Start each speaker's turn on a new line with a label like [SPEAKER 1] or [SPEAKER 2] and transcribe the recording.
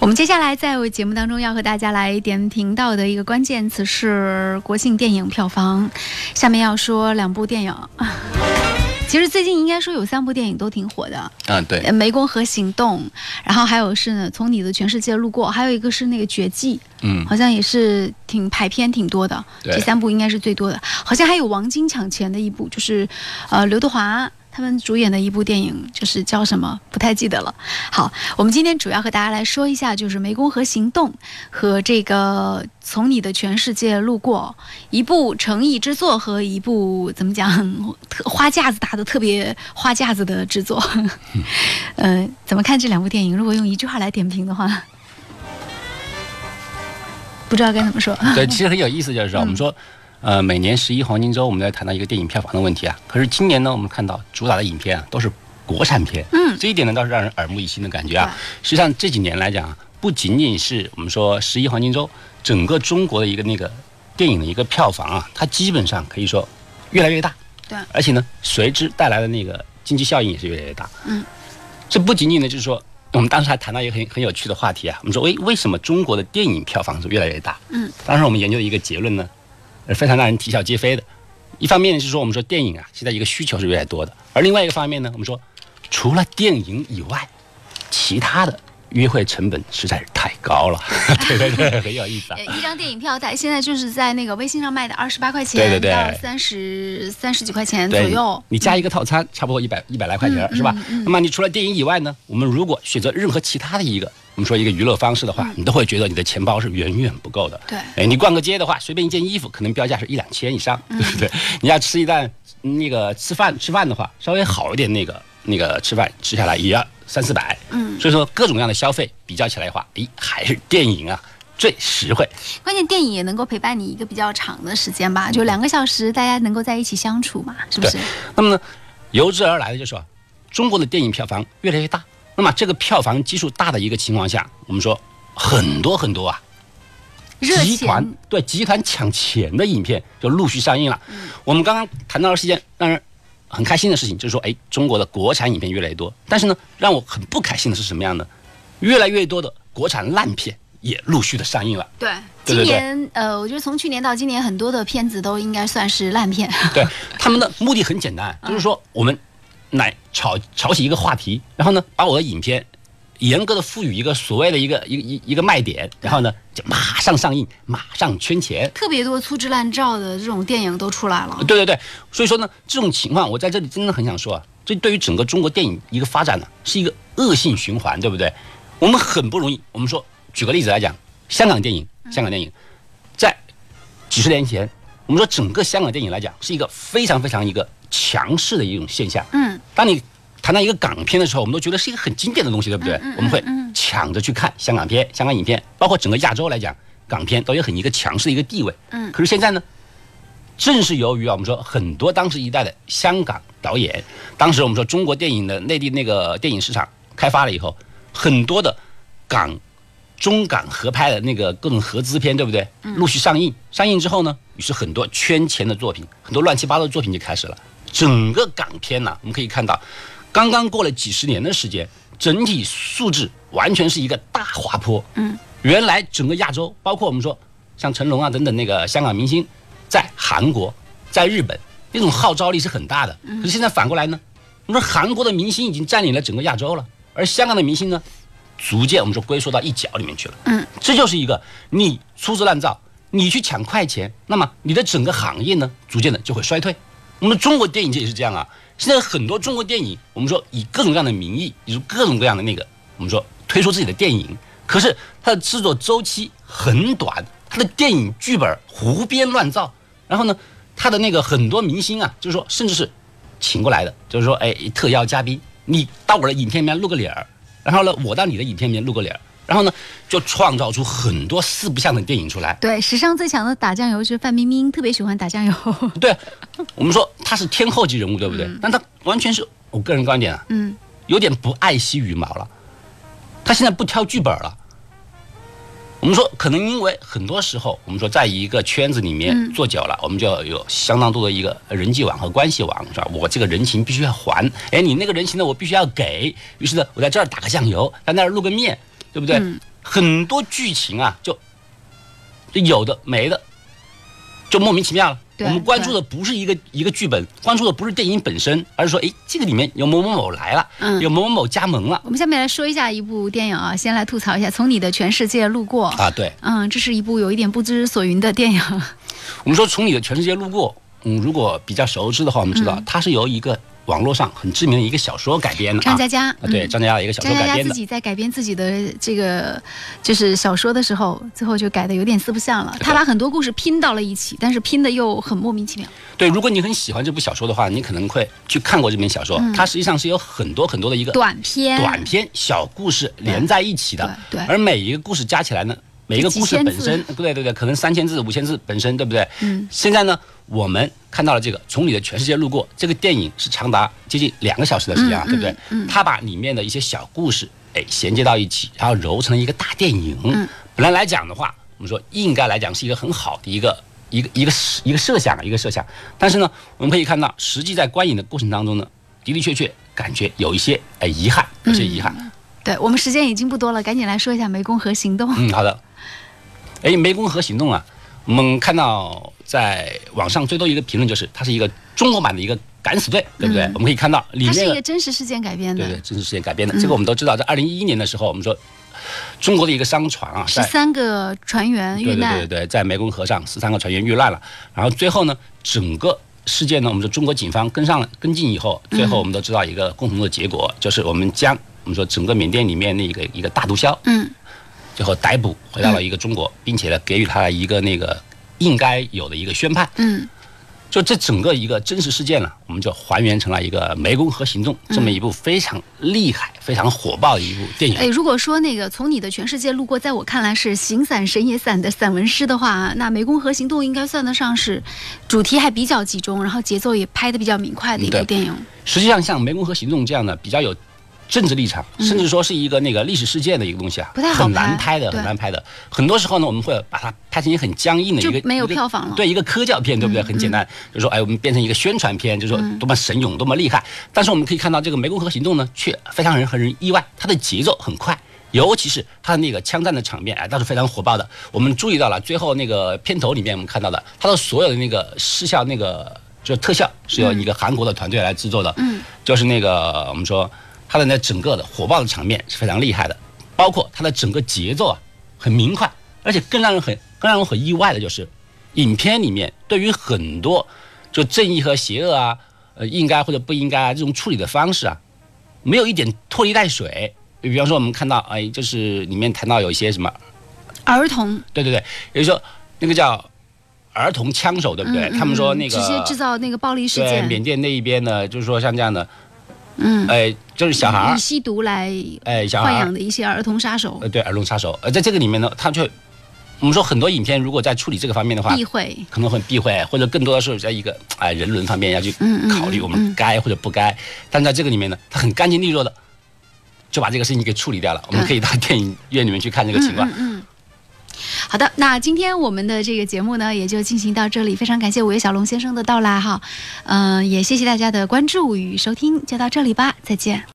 [SPEAKER 1] 我们接下来在节目当中要和大家来点评到的一个关键词是国庆电影票房。下面要说两部电影， 其实最近应该说有三部电影都挺火的，
[SPEAKER 2] 嗯，
[SPEAKER 1] 呃
[SPEAKER 2] 对，
[SPEAKER 1] 《湄公河行动》，然后还有是呢《从你的全世界路过》，还有一个是那个《绝技》，
[SPEAKER 2] 嗯，
[SPEAKER 1] 好像也是挺排片挺多的，
[SPEAKER 2] 对
[SPEAKER 1] 这三部应该是最多的。好像还有王晶抢钱的一部，就是呃刘德华他们主演的一部电影，就是叫什么不太记得了。好，我们今天主要和大家来说一下，就是《湄公河行动》和这个《从你的全世界路过》，一部诚意之作和一部怎么讲， 特花架子打的特别花架子的制作。呃，怎么看这两部电影？如果用一句话来点评的话，不知道该怎么说。
[SPEAKER 2] 对，其实很有意思，就是
[SPEAKER 1] 嗯
[SPEAKER 2] 我们说，呃，每年十一黄金周我们在谈到一个电影票房的问题啊，可是今年呢，我们看到主打的影片啊都是国产片，
[SPEAKER 1] 嗯
[SPEAKER 2] 这一点呢倒是让人耳目一新的感觉啊。实际上这几年来讲啊，不仅仅是我们说十一黄金周，整个中国的一个那个电影的一个票房啊，它基本上可以说越来越大，
[SPEAKER 1] 对
[SPEAKER 2] 而且呢，随之带来的那个经济效应也是越来越大，
[SPEAKER 1] 嗯，
[SPEAKER 2] 这不仅仅呢就是说。我们当时还谈到一个很很有趣的话题啊，我们说为为什么中国的电影票房是越来越大？
[SPEAKER 1] 嗯，
[SPEAKER 2] 当时我们研究的一个结论呢，呃，非常让人啼笑皆非的。一方面是说我们说电影啊，现在一个需求是越来越多的，而另外一个方面呢，我们说除了电影以外，其他的约会成本实在是太高了。 对对对，很有意思啊
[SPEAKER 1] 呃。一张电影票在现在就是在那个微信上卖的，二十八块钱
[SPEAKER 2] 对对对
[SPEAKER 1] 到三十三十几块钱左
[SPEAKER 2] 对，
[SPEAKER 1] 右。
[SPEAKER 2] 你加一个套餐，差不多一百一百来块钱儿，
[SPEAKER 1] 嗯
[SPEAKER 2] 是吧
[SPEAKER 1] 嗯？
[SPEAKER 2] 那么你除了电影以外呢，我们如果选择任何其他的一个，我们说一个娱乐方式的话，你都会觉得你的钱包是远远不够的。
[SPEAKER 1] 嗯对
[SPEAKER 2] 哎，你逛个街的话，随便一件衣服可能标价是一两千以上，
[SPEAKER 1] 嗯
[SPEAKER 2] 对不对？你要吃一顿那个吃饭吃饭的话，稍微好一点那个那个吃饭吃下来也要三四百。
[SPEAKER 1] 嗯，
[SPEAKER 2] 所以说各种各样的消费比较起来的话，诶，还是电影啊最实惠。
[SPEAKER 1] 关键电影也能够陪伴你一个比较长的时间吧，就两个小时，大家能够在一起相处嘛，是不是？
[SPEAKER 2] 那么呢，由之而来的就是说，中国的电影票房越来越大。那么这个票房基数大的一个情况下，我们说很多很多啊，
[SPEAKER 1] 热
[SPEAKER 2] 集团
[SPEAKER 1] 情，
[SPEAKER 2] 对集团抢钱的影片就陆续上映了。我们刚刚谈到了是一件让人很开心的事情，就是说，哎，中国的国产影片越来越多。但是呢，让我很不开心的是什么样呢？越来越多的国产烂片也陆续的上映了。
[SPEAKER 1] 对。今
[SPEAKER 2] 对对对
[SPEAKER 1] 年，呃，我觉得从去年到今年，很多的片子都应该算是烂片。
[SPEAKER 2] 对，他们的目的很简单，就是说我们来炒炒起一个话题，然后呢，把我的影片严格的赋予一个所谓的一个一个一一个卖点，然后呢，就马上上映，马上圈钱。
[SPEAKER 1] 特别多粗制滥造的这种电影都出来了。
[SPEAKER 2] 对对对，所以说呢，这种情况我在这里真的很想说啊，这对于整个中国电影一个发展呢、是一个恶性循环，对不对？我们很不容易。我们说，举个例子来讲，香港电影，香港电影，在几十年前，我们说整个香港电影来讲是一个非常非常一个强势的一种现象。
[SPEAKER 1] 嗯，
[SPEAKER 2] 当你谈到一个港片的时候，我们都觉得是一个很经典的东西，对不对？
[SPEAKER 1] 嗯嗯
[SPEAKER 2] 我们会
[SPEAKER 1] 嗯嗯
[SPEAKER 2] 抢着去看香港片、香港影片，包括整个亚洲来讲，港片都有很一个强势的一个地位。
[SPEAKER 1] 嗯
[SPEAKER 2] 可是现在呢，正是由于啊，我们说很多当时一代的香港导演，当时我们说中国电影的内地那个电影市场开发了以后，很多的港中港合拍的那个各种合资片，对不对？陆续上映，上映之后呢，于是很多圈钱的作品，很多乱七八糟的作品就开始了。整个港片呢、我们可以看到，刚刚过了几十年的时间，整体素质完全是一个大滑坡。
[SPEAKER 1] 嗯，
[SPEAKER 2] 原来整个亚洲，包括我们说像成龙啊等等那个香港明星，在韩国、在日本那种号召力是很大的。可是现在反过来呢，我们说韩国的明星已经占领了整个亚洲了，而香港的明星呢，逐渐我们说归缩到一角里面去了。
[SPEAKER 1] 嗯，
[SPEAKER 2] 这就是一个你粗制滥造，你去抢快钱，那么你的整个行业呢，逐渐的就会衰退。我们中国电影界也是这样啊，现在很多中国电影，我们说以各种各样的名义，以各种各样的那个，我们说推出自己的电影，可是它的制作周期很短，它的电影剧本胡编乱造，然后呢，它的那个很多明星啊，就是说甚至是请过来的，就是说，哎，特邀嘉宾，你到我的影片里面露个脸儿，然后呢，我到你的影片里面露个脸儿，然后呢，就创造出很多四不像的电影出来。
[SPEAKER 1] 对，史上最强的打酱油是范冰冰，特别喜欢打酱油。
[SPEAKER 2] 对，我们说他是天后级人物，对不对？但他完全是我个人观点啊，
[SPEAKER 1] 嗯，
[SPEAKER 2] 有点不爱惜羽毛了。他现在不挑剧本了。我们说，可能因为很多时候，我们说在一个圈子里面
[SPEAKER 1] 嗯
[SPEAKER 2] 做久了，我们就有相当多的一个人际网和关系网，是吧？我这个人情必须要还，
[SPEAKER 1] 嗯
[SPEAKER 2] 哎，你那个人情呢，我必须要给。于是呢，我在这儿打个酱油，在那儿露个面，对不对？很多剧情啊，就就有的没的，就莫名其妙了。我
[SPEAKER 1] 对
[SPEAKER 2] 们关注的不是一个一个剧本，关注的不是电影本身，而是说，哎，这个里面有某某某来了，
[SPEAKER 1] 嗯
[SPEAKER 2] 有某某某加盟了
[SPEAKER 1] 我们下面来说一下一部电影啊，先来吐槽一下《从你的全世界路过》。
[SPEAKER 2] 啊。对，
[SPEAKER 1] 嗯，这是一部有一点不知所云的电 影。
[SPEAKER 2] 我们说从你的全世界路过，嗯，如果比较熟知的话，我们知道、
[SPEAKER 1] 嗯
[SPEAKER 2] 它是由一个网络上很知名的一个小说改编的啊
[SPEAKER 1] 张嘉佳，
[SPEAKER 2] 啊，对，
[SPEAKER 1] 嗯
[SPEAKER 2] 张嘉佳的一个小
[SPEAKER 1] 张
[SPEAKER 2] 说
[SPEAKER 1] 嘉
[SPEAKER 2] 改
[SPEAKER 1] 佳
[SPEAKER 2] 编
[SPEAKER 1] 自
[SPEAKER 2] 的，
[SPEAKER 1] 己在改编自己的这个就是小说的时候，最后就改的有点四不像了。他把很多故事拼到了一起，但是拼的又很莫名其妙。
[SPEAKER 2] 对，如果你很喜欢这部小说的话，你可能会去看过这本小说。它实际上是有很多很多的一
[SPEAKER 1] 嗯
[SPEAKER 2] 个
[SPEAKER 1] 短篇，
[SPEAKER 2] 短篇小故事连在一起的，
[SPEAKER 1] 对对
[SPEAKER 2] 而每一个故事加起来呢，每一个故事本
[SPEAKER 1] 几千
[SPEAKER 2] 身，对对对，可能三千字、五千字本身，对不对？
[SPEAKER 1] 嗯。
[SPEAKER 2] 现在呢，我们看到了这个《从你的全世界路过》这个电影是长达接近两个小时的时间啊，
[SPEAKER 1] 嗯
[SPEAKER 2] 对不对？
[SPEAKER 1] 嗯嗯
[SPEAKER 2] 它把里面的一些小故事，哎，衔接到一起，然后揉成了一个大电影。
[SPEAKER 1] 嗯
[SPEAKER 2] 本来来讲的话，我们说应该来讲是一个很好的一个一个一个一个设想啊，一个设想。但是呢，我们可以看到，实际在观影的过程当中呢，的的确确感觉有一些哎遗憾，有些遗憾。
[SPEAKER 1] 对我们时间已经不多了，赶紧来说一下《湄公河行动》。
[SPEAKER 2] 嗯，好的。哎，湄公河行动啊，我们看到在网上最多一个评论就是它是一个中国版的一个敢死队，对不对？
[SPEAKER 1] 嗯
[SPEAKER 2] 我们可以看到里
[SPEAKER 1] 它
[SPEAKER 2] 面
[SPEAKER 1] 是一
[SPEAKER 2] 的
[SPEAKER 1] 个嗯真实事件改编
[SPEAKER 2] 对对
[SPEAKER 1] 的，
[SPEAKER 2] 真实事件改编的。这个我们都知道，在二零一一年的时候，我们说中国的一个商船啊，
[SPEAKER 1] 十
[SPEAKER 2] 在
[SPEAKER 1] 三个船员遇
[SPEAKER 2] 对对
[SPEAKER 1] 难。
[SPEAKER 2] 对对对，在湄公河上，十三个船员遇难了。然后最后呢，整个事件呢，我们说中国警方跟上了跟进以后，最
[SPEAKER 1] 嗯
[SPEAKER 2] 后我们都知道一个共同的结果，就是我们将我们说整个缅甸里面的一个一个大毒枭，
[SPEAKER 1] 嗯，
[SPEAKER 2] 最后逮捕回到了一个中国，并且呢给予他一个那个应该有的一个宣判。
[SPEAKER 1] 嗯，
[SPEAKER 2] 就这整个一个真实事件呢，我们就还原成了一个湄公河行动
[SPEAKER 1] 嗯
[SPEAKER 2] 这么一部非常厉害、非常火爆的一部电影。
[SPEAKER 1] 哎，如果说那个从你的全世界路过，在我看来是形散神也散的散文诗的话，那《湄公河行动》应该算得上是主题还比较集中，然后节奏也拍得比较明快的一
[SPEAKER 2] 嗯对
[SPEAKER 1] 部电影。
[SPEAKER 2] 实际上，像湄公河行动这样的比较有政治立场，甚至说是一个那个历史事件的一个东西啊，
[SPEAKER 1] 嗯不太好
[SPEAKER 2] 很
[SPEAKER 1] 拍
[SPEAKER 2] 难拍的，
[SPEAKER 1] 对
[SPEAKER 2] 很难拍的。很多时候呢，我们会把它拍成一个很僵硬的一
[SPEAKER 1] 就
[SPEAKER 2] 个
[SPEAKER 1] 没有
[SPEAKER 2] 一个
[SPEAKER 1] 票房了
[SPEAKER 2] 对，一个科教片，对不对？很简单，就说哎，我们变成一个宣传片，就说多么神勇，多么厉害。但是我们可以看到，这个湄公河行动呢，却非常让人很人意外，它的节奏很快。尤其是它的那个枪战的场面，哎，倒是非常火爆的。我们注意到了，最后那个片头里面我们看到的，它的所有的那个视效那个就是特效是由一个韩国的团队来制作的，嗯，就是那个我们说它的那整个的火爆的场面是非常厉害的，包括它的整个节奏啊很明快，而且更让人很更让人很意外的就是，影片里面对于很多就正义和邪恶啊，呃应该或者不应该啊这种处理的方式啊，没有一点拖泥带水。比方说我们看到哎，就是里面谈到有一些什么
[SPEAKER 1] 儿童
[SPEAKER 2] 对对对，也就是说那个叫儿童枪手，对不对？
[SPEAKER 1] 嗯嗯
[SPEAKER 2] 他们说那个
[SPEAKER 1] 直接制造那个暴力事
[SPEAKER 2] 对
[SPEAKER 1] 件，
[SPEAKER 2] 缅甸那一边呢，就是说像这样的，
[SPEAKER 1] 嗯，
[SPEAKER 2] 哎，就是小孩儿
[SPEAKER 1] 以，吸毒来
[SPEAKER 2] 哎，小孩
[SPEAKER 1] 豢
[SPEAKER 2] 儿
[SPEAKER 1] 养，的一些儿童杀手
[SPEAKER 2] 呃，对，儿童杀手，呃，在这个里面呢，他却，我们说很多影片如果在处理这个方面的话
[SPEAKER 1] 避，讳，
[SPEAKER 2] 可能很避讳，或者更多的是在一个哎人伦方面要去
[SPEAKER 1] 嗯嗯
[SPEAKER 2] 考虑我们该或者不该，但在这个里面呢，他很干净利落的。就把这个事情给处理掉了，我们
[SPEAKER 1] 对
[SPEAKER 2] 可以到电影院里面去看这个情况。
[SPEAKER 1] 嗯。嗯好的，那今天我们的这个节目呢，也就进行到这里。非常感谢五月小呃龙先生的到来哈，嗯、也谢谢大家的关注与收听，就到这里吧，再见。